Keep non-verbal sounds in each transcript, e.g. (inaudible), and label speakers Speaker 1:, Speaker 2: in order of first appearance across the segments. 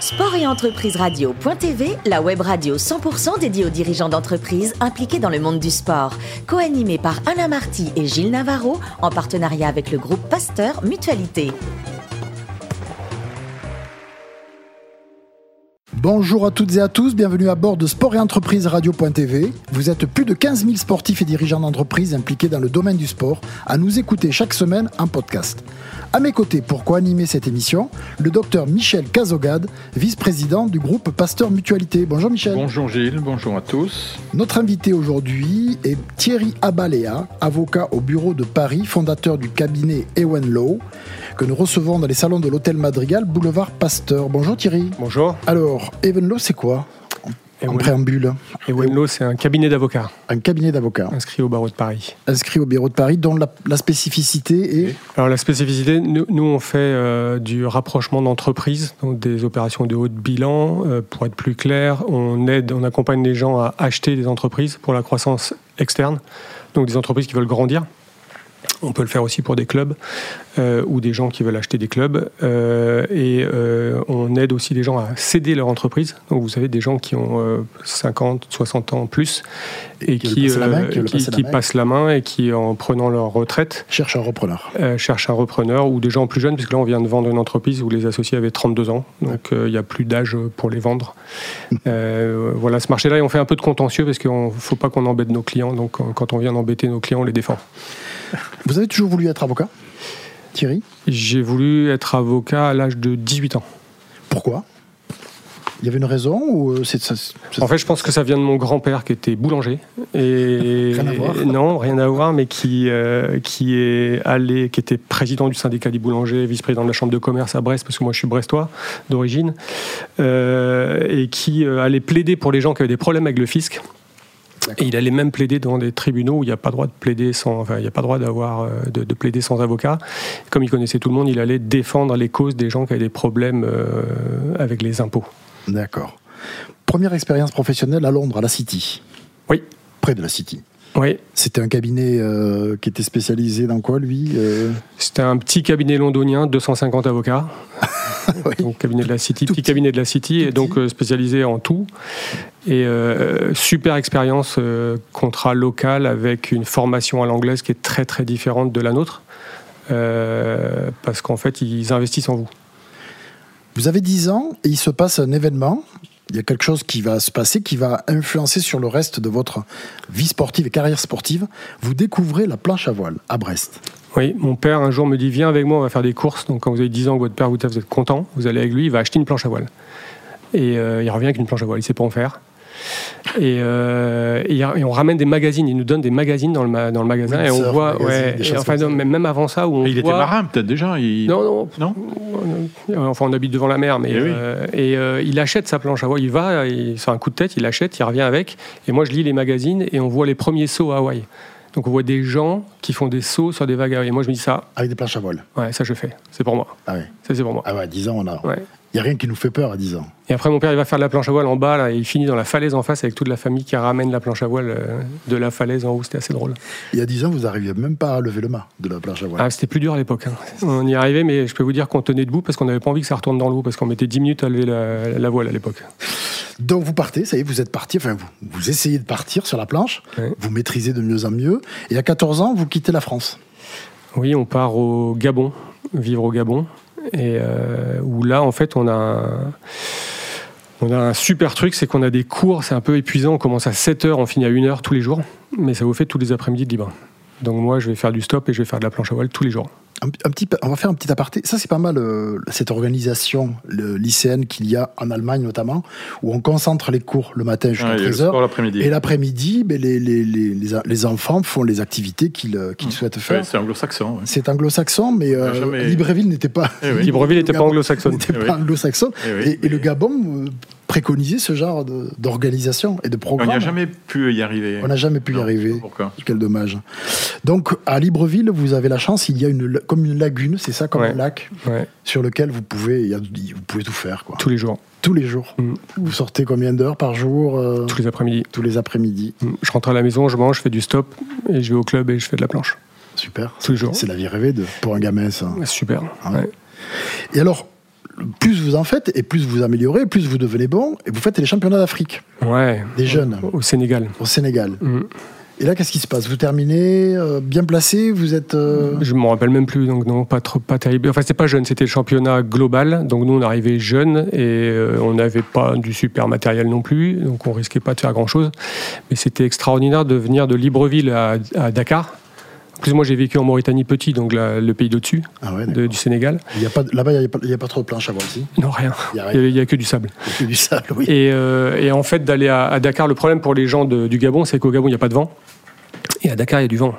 Speaker 1: Sport et entreprise radio.tv, la web radio 100% dédiée aux dirigeants d'entreprises impliqués dans le monde du sport. Co-animée par Alain Marty et Gilles Navarro, en partenariat avec le groupe Pasteur Mutualité.
Speaker 2: Bonjour à toutes et à tous, bienvenue à bord de Sport et Entreprise Radio.tv. Vous êtes plus de 15 000 sportifs et dirigeants d'entreprises impliqués dans le domaine du sport à nous écouter chaque semaine en podcast. À mes côtés, pour co-animer cette émission, le docteur Michel Cazogade, vice-président du groupe Pasteur Mutualité. Bonjour Michel.
Speaker 3: Bonjour Gilles, bonjour à tous.
Speaker 2: Notre invité aujourd'hui est Thierry Abalea, avocat au bureau de Paris, fondateur du cabinet Ewen Law, que nous recevons dans les salons de l'hôtel Madrigal, boulevard Pasteur. Bonjour Thierry.
Speaker 4: Bonjour.
Speaker 2: Alors, Evenlo, c'est quoi en
Speaker 4: Ewen-
Speaker 2: préambule
Speaker 4: Ewenlo, c'est un cabinet d'avocats
Speaker 2: Un cabinet d'avocats
Speaker 4: inscrit au barreau de Paris.
Speaker 2: inscrit au bureau de Paris, dont la, la spécificité est.
Speaker 4: Alors la spécificité, nous, nous, on fait euh, du rapprochement d'entreprises, donc des opérations de haut de bilan. Euh, pour être plus clair, on aide, on accompagne les gens à acheter des entreprises pour la croissance externe, donc des entreprises qui veulent grandir. On peut le faire aussi pour des clubs euh, ou des gens qui veulent acheter des clubs. Euh, et euh, on aide aussi les gens à céder leur entreprise. Donc vous savez, des gens qui ont euh, 50, 60 ans plus et
Speaker 2: Qui veulent
Speaker 4: qui, euh,
Speaker 2: passer la main, qui veulent
Speaker 4: qui-
Speaker 2: passer la
Speaker 4: qui
Speaker 2: main.
Speaker 4: passent la main et qui, en prenant leur retraite,
Speaker 2: Cherche un repreneur.
Speaker 4: euh, cherchent un repreneur ou des gens plus jeunes, parce que là on vient de vendre une entreprise où les associés avaient 32 ans. Donc euh, il n'y a plus d'âge pour les vendre. Euh, voilà, ce marché-là, et on fait un peu de contentieux parce qu'il ne faut pas qu'on embête nos clients. Donc euh, quand on vient d'embêter nos clients, on les défend.
Speaker 2: Vous avez toujours voulu être avocat, Thierry
Speaker 4: J'ai voulu être avocat à l'âge de 18 ans.
Speaker 2: Pourquoi Il y avait une raison ou euh, c'est ça c'est-
Speaker 4: En fait, je pense que ça vient de mon grand-père qui était boulanger. Et
Speaker 2: Rien à voir.
Speaker 4: Non, rien à voir, mais qui, euh, qui est allé, qui était président du syndicat des boulangers, vice-président de la chambre de commerce à Brest, parce que moi je suis brestois d'origine, euh, et qui euh, allait plaider pour les gens qui avaient des problèmes avec le fisc. Et il allait même plaider devant des tribunaux où il n'y a pas droit de plaider sans, enfin, il n'y a pas droit d'avoir euh, de, de plaider sans avocat. Comme il connaissait tout le monde, il allait défendre les causes des gens qui avaient des problèmes euh, avec les impôts.
Speaker 2: D'accord. Première expérience professionnelle à Londres, à la City,
Speaker 4: Oui,
Speaker 2: près de la City.
Speaker 4: oui.
Speaker 2: C'était un cabinet euh, qui était spécialisé dans quoi, lui Euh,
Speaker 4: C'était un petit cabinet londonien, 250 avocats.
Speaker 2: (laughs) Oui.
Speaker 4: Donc cabinet de la City,
Speaker 2: Tout
Speaker 4: petit
Speaker 2: petit.
Speaker 4: cabinet de la City, et donc euh, spécialisé en tout. Et euh, super expérience euh, contrat local avec une formation à l'anglaise qui est très très différente de la nôtre. Euh, parce qu'en fait, ils investissent en vous.
Speaker 2: Vous avez 10 ans et il se passe un événement. Il y a quelque chose qui va se passer, qui va influencer sur le reste de votre vie sportive et carrière sportive. Vous découvrez la planche à voile à Brest.
Speaker 4: Oui, mon père un jour me dit Viens avec moi, on va faire des courses. Donc quand vous avez 10 ans, votre père vous vous êtes content, vous allez avec lui, il va acheter une planche à voile. Et euh, il revient avec une planche à voile, il sait pas en faire. Et, euh, et il y a- et on ramène des magazines, il nous donne des magazines dans le, ma- dans le magasin et
Speaker 2: Windsurf
Speaker 4: on voit.
Speaker 2: magazine,
Speaker 4: ouais,
Speaker 2: des
Speaker 4: et
Speaker 2: choses
Speaker 4: enfin,
Speaker 2: comme ça.
Speaker 4: non, mais même avant ça, où on
Speaker 3: il était
Speaker 4: voit-
Speaker 3: marin peut-être déjà il-
Speaker 4: Non, non,
Speaker 3: Non
Speaker 4: euh, Enfin, on habite devant la mer, mais
Speaker 3: Eh oui.
Speaker 4: euh, et euh, il achète sa planche à voile. Il va, il, c'est un coup de tête, il achète, il revient avec. Et moi, je lis les magazines et on voit les premiers sauts à Hawaï. Donc, on voit des gens qui font des sauts sur des vagues à Hawaï. Et moi, je me dis ça,
Speaker 2: Avec Ah des planches à voile.
Speaker 4: Ouais, ça je fais. C'est pour moi.
Speaker 2: Ah ouais,
Speaker 4: Ça c'est pour moi.
Speaker 2: ah ouais à 10 ans, on a...
Speaker 4: Ouais.
Speaker 2: Il n'y a rien qui nous fait peur à 10 ans.
Speaker 4: Et après mon père il va faire de la planche à voile en bas là, et il finit dans la falaise en face avec toute la famille qui ramène la planche à voile euh, de la falaise en haut. C'était assez drôle.
Speaker 2: Il y a 10 ans, vous n'arriviez même pas à lever le mât de la planche à voile.
Speaker 4: Ah, c'était plus dur à l'époque. hein. On y arrivait, mais je peux vous dire qu'on tenait debout parce qu'on n'avait pas envie que ça retourne dans l'eau parce qu'on mettait 10 minutes à lever la, la voile à l'époque.
Speaker 2: Donc vous partez, ça y est, vous êtes parti, enfin vous, vous essayez de partir sur la planche,
Speaker 4: Ouais.
Speaker 2: vous maîtrisez de mieux en mieux, et à 14 ans, vous quittez la France.
Speaker 4: Oui, on part au Gabon, vivre au Gabon, et euh, où là, en fait, on a un, on a un super truc, c'est qu'on a des cours, c'est un peu épuisant, on commence à 7h, on finit à 1h tous les jours, mais ça vous fait tous les après-midi de libre. Donc moi, je vais faire du stop et je vais faire de la planche à voile tous les jours.
Speaker 2: Un, un petit, pa- on va faire un petit aparté. Ça, c'est pas mal, euh, cette organisation le, lycéenne qu'il y a en Allemagne notamment, où on concentre les cours le matin jusqu'à
Speaker 3: Ah, il y a le
Speaker 2: 13h,
Speaker 3: sport l'après-midi.
Speaker 2: et l'après-midi, ben, les, les, les, les- les enfants font les activités qu'ils euh, qu'ils souhaitent
Speaker 3: Mm. Ouais,
Speaker 2: faire.
Speaker 3: c'est anglo-saxon. ouais.
Speaker 2: c'est anglo-saxon, mais euh,
Speaker 3: Ah, jamais.
Speaker 2: Libreville n'était pas,
Speaker 3: Eh oui.
Speaker 4: Libreville n'était pas
Speaker 2: Gabon (laughs)
Speaker 4: anglo-saxonne.
Speaker 2: n'était
Speaker 3: Eh oui.
Speaker 2: pas anglo-saxon.
Speaker 3: Eh oui,
Speaker 2: et, et
Speaker 3: mais-
Speaker 2: le Gabon euh, préconisait ce genre de- d'organisation et de
Speaker 3: On
Speaker 2: programme.
Speaker 3: n'y a jamais pu y arriver.
Speaker 2: On n'a jamais pu y
Speaker 3: Non, je sais
Speaker 2: arriver.
Speaker 3: pas Pourquoi
Speaker 2: Quel dommage. Donc, à Libreville, vous avez la chance, il y a une, la- comme une lagune, c'est ça, comme
Speaker 4: Ouais.
Speaker 2: un lac,
Speaker 4: Ouais,
Speaker 2: sur lequel vous pouvez, il y a- vous pouvez tout faire, quoi.
Speaker 4: tous les jours,
Speaker 2: Tous les jours.
Speaker 4: Mm.
Speaker 2: Vous sortez combien d'heures par jour euh,
Speaker 4: tous les après-midi.
Speaker 2: Tous les après-midi.
Speaker 4: Mm. Je rentre à la maison, je mange, je fais du stop, et je vais au club et je fais de la planche.
Speaker 2: Super.
Speaker 4: Tous les jours.
Speaker 2: C'est la vie rêvée de, pour un gamin, ça.
Speaker 4: Super.
Speaker 2: Ah
Speaker 4: ouais.
Speaker 2: ouais. Et alors, plus vous en faites et plus vous améliorez, plus vous devenez bon et vous faites les championnats d'Afrique
Speaker 4: Ouais.
Speaker 2: des jeunes
Speaker 4: Au Sénégal.
Speaker 2: au Sénégal.
Speaker 4: Mm.
Speaker 2: Et là, qu'est-ce qui se passe Vous terminez euh, bien placé, vous êtes euh,
Speaker 4: Je m'en rappelle même plus, donc non, pas trop, pas terrible. Enfin, c'était pas jeune, c'était le championnat global. Donc nous, on arrivait jeune et euh, on n'avait pas du super matériel non plus, donc on risquait pas de faire grand chose. Mais c'était extraordinaire de venir de Libreville à, à Dakar. En plus, moi, j'ai vécu en Mauritanie petit, donc la- le pays d'au-dessus
Speaker 2: Ah ouais,
Speaker 4: de-
Speaker 2: d'accord.
Speaker 4: du Sénégal.
Speaker 2: Il y a pas là-bas, il n'y a, pas- il y a pas trop de planches à voir aussi.
Speaker 4: Non, rien.
Speaker 2: Il y a
Speaker 4: Il
Speaker 2: rien,
Speaker 4: n'y a, que du sable.
Speaker 2: il y a que du sable, (laughs) oui.
Speaker 4: Et, euh, et en fait, d'aller à, à Dakar, le problème pour les gens de- du Gabon, c'est qu'au Gabon, il n'y a pas de vent. Et à Dakar, il y a du vent.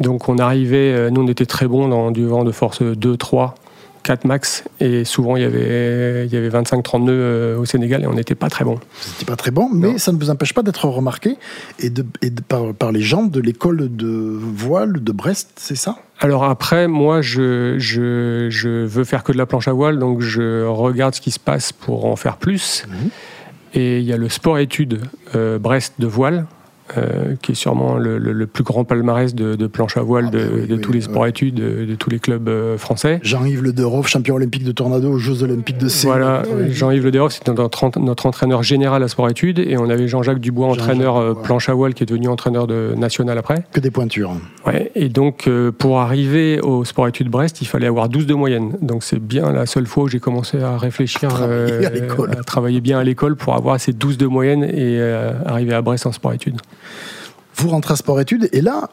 Speaker 4: Donc on arrivait, euh, nous on était très bons dans du vent de force 2, 3, 4 max. Et souvent, il y avait, il y avait 25-30 nœuds euh, au Sénégal et on n'était pas très bons.
Speaker 2: C'était pas très bon, mais
Speaker 4: Non.
Speaker 2: ça ne vous empêche pas d'être remarqué et de, et de- par, par les gens de l'école de voile de Brest, c'est ça
Speaker 4: Alors après, moi, je, je, je veux faire que de la planche à voile, donc je regarde ce qui se passe pour en faire plus.
Speaker 2: Mhm.
Speaker 4: Et il y a le sport études euh, Brest de voile, euh, qui est sûrement le, le- le plus grand palmarès de, de planche à voile
Speaker 2: Ah
Speaker 4: de,
Speaker 2: bah oui,
Speaker 4: de
Speaker 2: oui,
Speaker 4: tous les
Speaker 2: ouais.
Speaker 4: sports études, de, de tous les clubs euh, français.
Speaker 2: Jean-Yves Le Deroff, champion olympique de tornado aux Jeux Olympiques de Séoul.
Speaker 4: Voilà,
Speaker 2: Ouais.
Speaker 4: Jean-Yves Le Deroff, c'était notre, entra- notre entraîneur général à sport études, et on avait Jean-Jacques Dubois,
Speaker 2: Jean-Jacques,
Speaker 4: entraîneur euh,
Speaker 2: ouais.
Speaker 4: planche à voile, qui est devenu entraîneur de national après.
Speaker 2: Que des pointures.
Speaker 4: Ouais, et donc, euh, pour arriver au Sport Études Brest, il fallait avoir 12 de moyenne. Donc, c'est bien la seule fois où j'ai commencé à réfléchir euh,
Speaker 2: Travailler à l'école.
Speaker 4: à travailler bien à l'école pour avoir ces 12 de moyenne et euh, arriver à Brest en Sport Études.
Speaker 2: Vous rentrez à sport-études et là,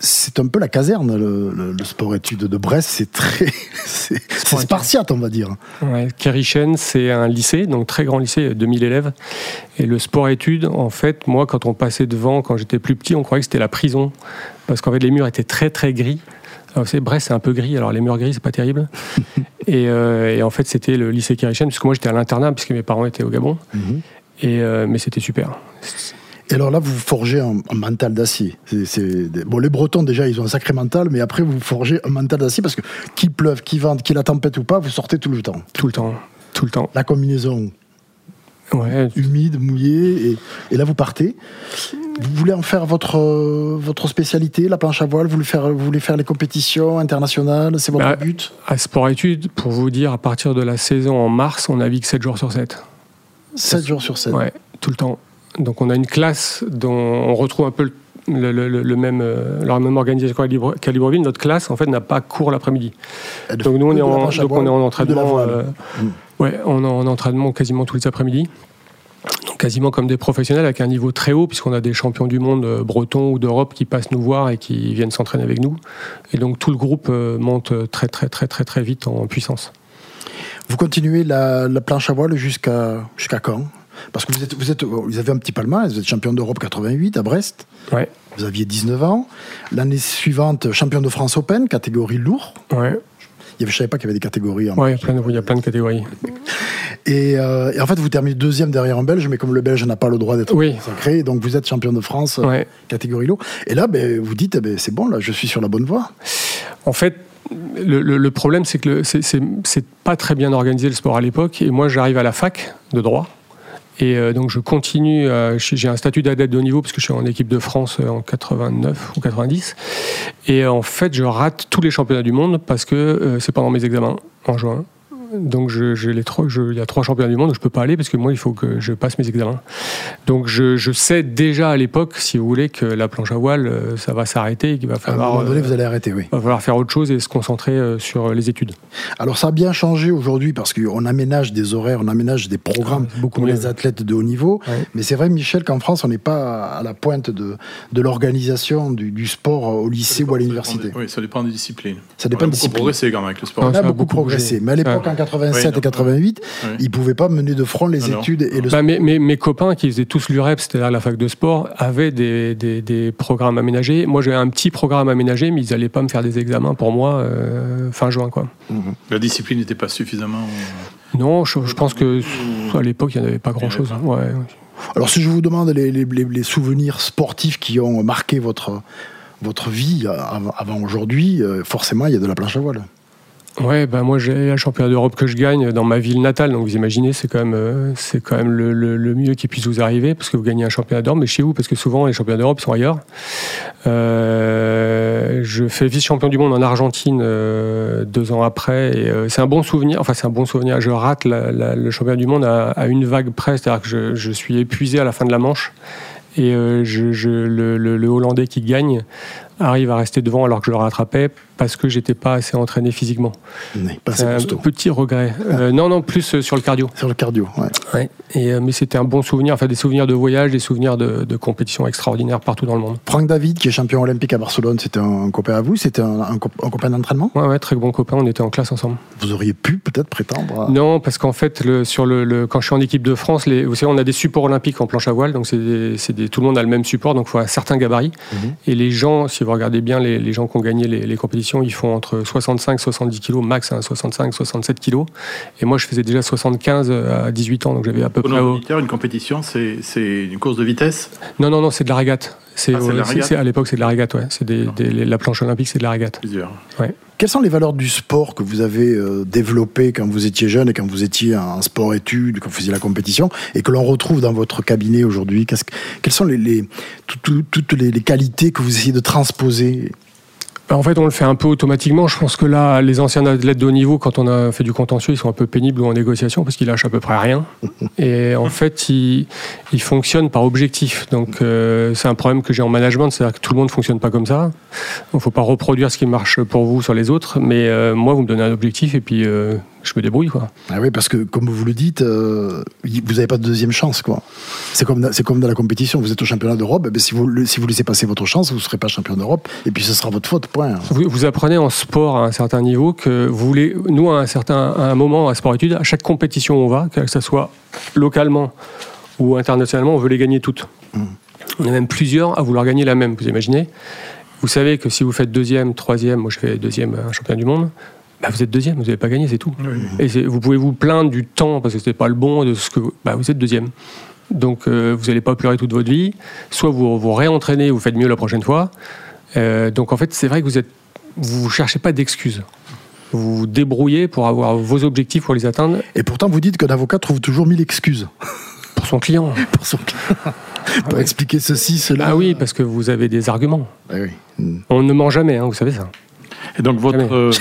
Speaker 2: c'est un peu la caserne, le, le- le sport-études de Brest. C'est très. (laughs) C'est c'est spartiate, on va dire.
Speaker 4: Ouais, Kerichen, c'est un lycée, donc très grand lycée, 2000 élèves. Et le sport études, en fait, moi, quand on passait devant, quand j'étais plus petit, on croyait que c'était la prison. Parce qu'en fait, les murs étaient très, très gris. Alors, vous savez, Brest, c'est un peu gris, alors les murs gris, c'est pas terrible. et, euh, et en fait, c'était le lycée Kerichen, puisque moi, j'étais à l'internat, puisque mes parents étaient au Gabon.
Speaker 2: Mhm.
Speaker 4: Et, euh, mais c'était super.
Speaker 2: Et alors là, vous forgez un, un mental d'acier. C'est- c'est des- Bon, les Bretons, déjà, ils ont un sacré mental, mais après, vous forgez un mental d'acier parce que qu'il pleuve, qu'il vente, qu'il y ait la tempête ou pas, vous sortez tout le temps.
Speaker 4: Tout le temps. Tout le temps.
Speaker 2: La combinaison
Speaker 4: Ouais.
Speaker 2: humide, mouillée, et, et là, vous partez. Vous voulez en faire votre, euh, votre spécialité, la planche à voile, vous voulez faire, vous voulez faire les compétitions internationales, c'est votre
Speaker 4: Bah,
Speaker 2: but
Speaker 4: À sport études, pour vous dire, à partir de la saison en mars, on navigue 7 jours sur 7.
Speaker 2: 7 jours sur 7.
Speaker 4: Ouais, Euh, tout le temps. Donc on a une classe dont on retrouve un peu le, le- le- le même, euh, la même organisation qu'à Libre- qu'à Libreville. Notre classe, en fait, n'a pas cours l'après-midi. Donc nous, on est en, donc on est en entraînement. euh, ouais, on est en entraînement quasiment tous les après-midi. Donc quasiment comme des professionnels avec un niveau très haut, puisqu'on a des champions du monde euh, bretons ou d'Europe qui passent nous voir et qui viennent s'entraîner avec nous. Et donc tout le groupe euh, monte très très très très très vite en puissance.
Speaker 2: Vous continuez la, la planche à voile jusqu'à jusqu'à quand Parce que vous êtes, vous êtes, oh, vous avez un petit palmarès, vous êtes champion d'Europe 88 à Brest,
Speaker 4: Ouais,
Speaker 2: vous aviez 19 ans. L'année suivante, champion de France Open, catégorie lourd.
Speaker 4: ouais,
Speaker 2: Il y avait- Je savais pas qu'il y avait des catégories. en-
Speaker 4: ouais, il y a plein de, il y a plein de catégories.
Speaker 2: Et, euh, et en fait, vous terminez deuxième derrière un Belge, mais comme le Belge n'a pas le droit d'être
Speaker 4: Oui.
Speaker 2: sacré, donc vous êtes champion de France, euh,
Speaker 4: Ouais.
Speaker 2: catégorie lourd. Et là, ben, vous dites, eh ben, c'est bon, là, je suis sur la bonne voie.
Speaker 4: En fait, le, le- le problème, c'est que le- c'est- c'est c'est pas très bien organisé le sport à l'époque. Et moi, j'arrive à la fac de droit. Et euh, donc, je continue. euh, je suis- J'ai un statut d'adepte de haut niveau parce que je suis en équipe de France euh, en 89 ou 90. Et euh, en fait, je rate tous les championnats du monde parce que euh, c'est pendant mes examens en juin. Donc, je- j'ai les trois- je- il y a trois championnats du monde où je peux pas aller parce que moi, il faut que je passe mes examens. Donc, je, je sais déjà à l'époque, si vous voulez, que la planche à voile, euh, ça va s'arrêter et qu'il va
Speaker 2: À un
Speaker 4: falloir.
Speaker 2: moment donné,
Speaker 4: euh,
Speaker 2: vous allez arrêter, oui.
Speaker 4: va falloir faire autre chose et se concentrer euh, sur les études.
Speaker 2: Alors ça a bien changé aujourd'hui parce qu'on aménage des horaires, on aménage des programmes
Speaker 4: Ah, beaucoup
Speaker 2: pour
Speaker 4: mieux.
Speaker 2: les athlètes de haut niveau.
Speaker 4: Ouais.
Speaker 2: Mais c'est vrai, Michel, qu'en France, on n'est pas à la pointe de, de l'organisation du, du sport au lycée ou à l'université.
Speaker 3: Oui, ça dépend des disciplines.
Speaker 2: Ça dépend des
Speaker 3: On a beaucoup
Speaker 2: disciplines.
Speaker 3: progressé quand même avec le sport.
Speaker 4: Ouais,
Speaker 2: On
Speaker 4: ça
Speaker 2: a
Speaker 4: a
Speaker 2: beaucoup,
Speaker 4: beaucoup
Speaker 2: progressé.
Speaker 4: bougé.
Speaker 2: Mais à l'époque,
Speaker 4: Ouais.
Speaker 2: en 87
Speaker 3: Ouais,
Speaker 2: et 88,
Speaker 3: Ouais.
Speaker 2: ils ne pouvaient pas mener de front les
Speaker 3: Ah non.
Speaker 2: études et le
Speaker 4: Bah, mes, mes- mes copains qui faisaient tous l'UREP, c'est-à-dire la fac de sport, avaient des, des- des programmes aménagés. Moi, j'avais un petit programme aménagé, mais ils n'allaient pas me faire des examens pour moi euh, fin juin. Quoi.
Speaker 3: La discipline n'était pas suffisamment.
Speaker 4: Non, je, je pense que pff, à l'époque, il n'y en avait pas grand-chose.
Speaker 3: Il y en
Speaker 4: Ouais, ouais.
Speaker 2: Alors, si je vous demande les, les- les- les souvenirs sportifs qui ont marqué votre, votre vie av- avant, aujourd'hui, euh, forcément, il y a de la planche à voile.
Speaker 4: Ouais, ben moi j'ai la championnat d'Europe que je gagne dans ma ville natale, donc vous imaginez, c'est quand même, euh, c'est quand même le, le- le mieux qui puisse vous arriver, parce que vous gagnez un championnat d'Europe, mais chez vous, parce que souvent les championnats d'Europe sont ailleurs. Euh, je fais vice-champion du monde en Argentine euh, deux ans après, et euh, c'est un bon souvenir, enfin c'est un bon souvenir, je rate la- la- le championnat du monde à, à une vague près, c'est-à-dire que je, je suis épuisé à la fin de la manche, et euh, je- je- le- le- le Hollandais qui gagne arrive à rester devant alors que je le rattrapais parce que j'étais pas assez entraîné physiquement.
Speaker 2: Mais pas assez
Speaker 4: C'est un
Speaker 2: Ah, costaud.
Speaker 4: Euh,
Speaker 2: Ah.
Speaker 4: petit regret. Euh, non, non, plus euh, sur le cardio.
Speaker 2: Sur le cardio, ouais.
Speaker 4: Et, euh, mais c'était un bon souvenir, enfin des souvenirs de voyage, des souvenirs de, de compétitions extraordinaires partout dans le monde.
Speaker 2: Franck David, qui est champion olympique à Barcelone, c'était un copain à vous C'était un, un cop- un copain d'entraînement
Speaker 4: Ouais, ouais, très bon copain, on était en classe ensemble.
Speaker 2: Vous auriez pu peut-être prétendre à...
Speaker 4: Non, parce qu'en fait, le, sur le, le- quand je suis en équipe de France, les, vous savez, on a des supports olympiques en planche à voile, donc c'est des- c'est des- tout le monde a le même support, donc il faut un certain gabarit.
Speaker 2: Mhm.
Speaker 4: Et les gens, si vous regardez bien, les, les gens qui ont gagné les, les compétitions, ils font entre 65 70 kilos, max 65-67 kilos. Et moi, je faisais déjà 75 à 18 ans, donc j'avais à peu près...
Speaker 3: Pendant
Speaker 4: au-
Speaker 3: militaire, une compétition, c'est c'est une course de vitesse.
Speaker 4: Non, non, non, c'est de la régate. C'est,
Speaker 3: Ah, c'est de la
Speaker 4: c'est-
Speaker 3: régate
Speaker 4: c'est- à l'époque, c'est de la régate, ouais. C'est des- des- les- la planche olympique, c'est de la régate.
Speaker 3: Plusieurs.
Speaker 2: Quelles sont les valeurs du sport que vous avez euh, développées quand vous étiez jeune et quand vous étiez en sport-études, quand vous faisiez la compétition, et que l'on retrouve dans votre cabinet aujourd'hui Qu'est-ce que- Quelles sont les, les- tout- tout- toutes les, les qualités que vous essayez de transposer
Speaker 4: Bah, En fait, on le fait un peu automatiquement. Je pense que là, les anciens athlètes de haut niveau, quand on a fait du contentieux, ils sont un peu pénibles ou en négociation parce qu'ils lâchent à peu
Speaker 3: (laughs)
Speaker 4: près rien. Et en fait, ils, ils fonctionnent par objectif. Donc, euh, c'est un problème que j'ai en management, c'est-à-dire que tout le monde ne fonctionne pas comme ça. Il ne faut pas reproduire ce qui marche pour vous sur les autres. Mais euh, moi, vous me donnez un objectif et puis euh, je me débrouille, quoi.
Speaker 2: Ah oui, parce que comme vous le dites, euh, y- vous n'avez pas de deuxième chance. quoi. C'est comme, dans- c'est comme dans la compétition, vous êtes au championnat d'Europe, eh ben, si, vous, le- si vous laissez passer votre chance, vous ne serez pas champion d'Europe, et puis ce sera votre faute, point.
Speaker 4: Vous, vous apprenez en sport à un certain niveau que vous voulez, nous, à un certain à un moment, à sport études, à chaque compétition où on va, que ce soit localement ou internationalement, on veut les gagner toutes. On a même plusieurs à vouloir gagner la même, vous imaginez Vous savez que si vous faites deuxième, troisième, moi je fais deuxième à un championnat du monde, bah vous êtes deuxième, vous n'avez pas gagné, c'est tout.
Speaker 3: Oui.
Speaker 4: Et c'est- vous pouvez vous plaindre du temps parce que c'était pas le bon, de ce que vous- bah, vous êtes deuxième. Donc euh, vous n'allez pas pleurer toute votre vie. Soit vous vous réentraînez, vous faites mieux la prochaine fois. Euh, donc en fait, c'est vrai que vous êtes, vous cherchez pas d'excuses. Vous vous débrouillez pour avoir vos objectifs pour les atteindre
Speaker 2: Et pourtant, vous dites qu'un avocat trouve toujours mille excuses
Speaker 4: pour son client.
Speaker 2: pour, son- pour expliquer ceci, cela.
Speaker 4: Ah oui, parce que vous avez des arguments.
Speaker 2: Ah oui. Mm.
Speaker 4: (laughs) On ne ment jamais, hein, vous savez ça.
Speaker 3: Et donc, votre,
Speaker 4: Ah oui.
Speaker 3: euh,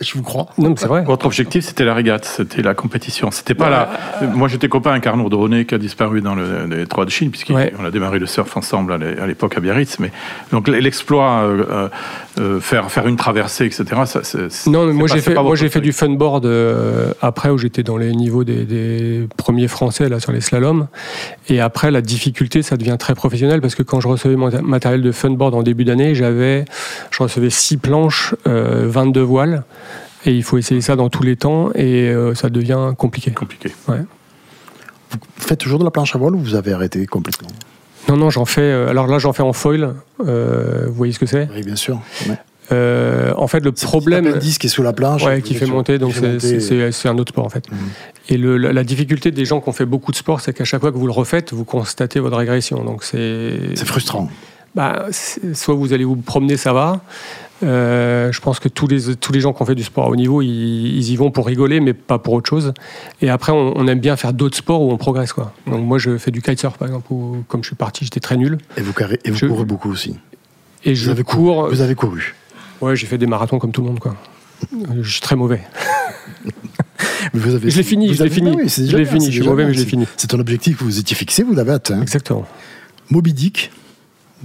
Speaker 2: Je vous crois.
Speaker 4: Non, mais c'est vrai.
Speaker 3: votre objectif, c'était la régate, c'était la compétition. C'était pas la. Moi, j'étais copain avec Arnaud Dronet qui a disparu dans le, les trois de Chine, puisqu'on
Speaker 4: Ouais.
Speaker 3: a démarré le surf ensemble à l'é- à l'époque à Biarritz. Mais donc, l'exploit, euh, euh, euh, faire, faire une traversée, etc. Ça, c'est- c'est-
Speaker 4: Non, mais
Speaker 3: c'est
Speaker 4: moi
Speaker 3: pas-
Speaker 4: j'ai
Speaker 3: c'est
Speaker 4: fait,
Speaker 3: pas
Speaker 4: moi
Speaker 3: votre
Speaker 4: j'ai fait
Speaker 3: truc.
Speaker 4: du funboard euh, après où j'étais dans les niveaux des, des premiers français là sur les slaloms. Et après la difficulté, ça devient très professionnel parce que quand je recevais mon mat- matériel de funboard en début d'année, j'avais, je recevais 6 planches, euh, 22 voiles. Et il faut essayer ça dans tous les temps et euh, ça devient compliqué.
Speaker 3: compliqué.
Speaker 2: Vous faites toujours de la planche à voile ou vous avez arrêté complètement
Speaker 4: Non, non, j'en fais. euh, alors là, j'en fais en foil. euh, vous voyez ce que c'est
Speaker 2: Oui, bien sûr. Ouais.
Speaker 4: Euh, En fait, le problème.
Speaker 2: C'est 10 qui est sous la planche.
Speaker 4: Ouais, qui fait monter, donc c'est- c'est c'est- c'est un autre sport en fait. Et le- la, la difficulté des gens qui ont fait beaucoup de sport, c'est qu'à chaque fois que vous le refaites, vous constatez votre régression. Donc c'est.
Speaker 2: C'est frustrant.
Speaker 4: Bah, c'est- soit vous allez vous promener, ça va. Euh, je pense que tous les, tous les gens qui ont fait du sport à haut niveau, ils, ils y vont pour rigoler, mais pas pour autre chose. Et après, on, on aime bien faire d'autres sports où on progresse. Quoi. Donc moi, je fais du kitesurf par exemple, où comme je suis parti, j'étais très nul.
Speaker 2: Et vous, carré- et vous
Speaker 4: Je-
Speaker 2: courez beaucoup aussi.
Speaker 4: Et
Speaker 2: Vous
Speaker 4: je
Speaker 2: avez couru.
Speaker 4: cours.
Speaker 2: Vous avez couru.
Speaker 4: Ouais, j'ai fait des marathons comme tout le monde. Quoi.
Speaker 2: Mm.
Speaker 4: Euh, Je suis très mauvais.
Speaker 2: Euh, Mais vous avez-
Speaker 4: Je l'ai fini,
Speaker 2: vous
Speaker 4: je l'ai
Speaker 2: avez-
Speaker 4: fini.
Speaker 2: Ah oui, c'est
Speaker 4: Je
Speaker 2: déjà
Speaker 4: l'ai
Speaker 2: bien,
Speaker 4: fini,
Speaker 2: c'est
Speaker 4: je suis
Speaker 2: déjà
Speaker 4: mauvais,
Speaker 2: bien.
Speaker 4: mais je l'ai
Speaker 2: C'est-
Speaker 4: fini.
Speaker 2: C'est un objectif que vous étiez fixé, vous l'avez atteint.
Speaker 4: Exactement.
Speaker 2: Moby Dick,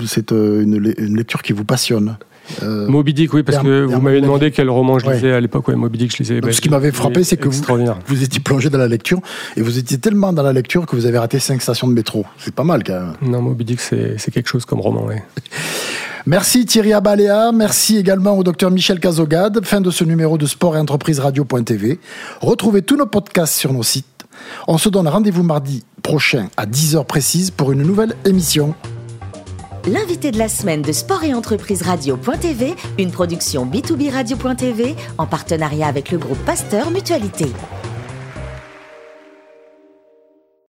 Speaker 2: c'est euh, une, le- une lecture qui vous passionne. Euh,
Speaker 4: Moby Dick, oui, parce
Speaker 2: Derm-
Speaker 4: que
Speaker 2: Derm-
Speaker 4: vous m'avez demandé quel roman je
Speaker 2: Ouais.
Speaker 4: lisais à l'époque. Ouais, Moby Dick, je lisais.
Speaker 2: Donc,
Speaker 4: bah,
Speaker 2: ce qui m'avait frappé, c'est que vous-
Speaker 4: Extraordinaire.
Speaker 2: vous étiez plongé dans la lecture et vous étiez tellement dans la lecture que vous avez raté cinq stations de métro. C'est pas mal quand même.
Speaker 4: Non, Moby Dick, c'est c'est quelque chose comme roman, ouais.
Speaker 2: Merci Thierry Abalea, merci également au docteur Michel Cazogade. Fin de ce numéro de Sport et Entreprise Radio.tv. Retrouvez tous nos podcasts sur nos sites. On se donne rendez-vous mardi prochain à 10h précise pour une nouvelle émission.
Speaker 1: L'invité de la semaine de Sport et Entreprise Radio.tv, une production B2B Radio.tv en partenariat avec le groupe Pasteur Mutualité.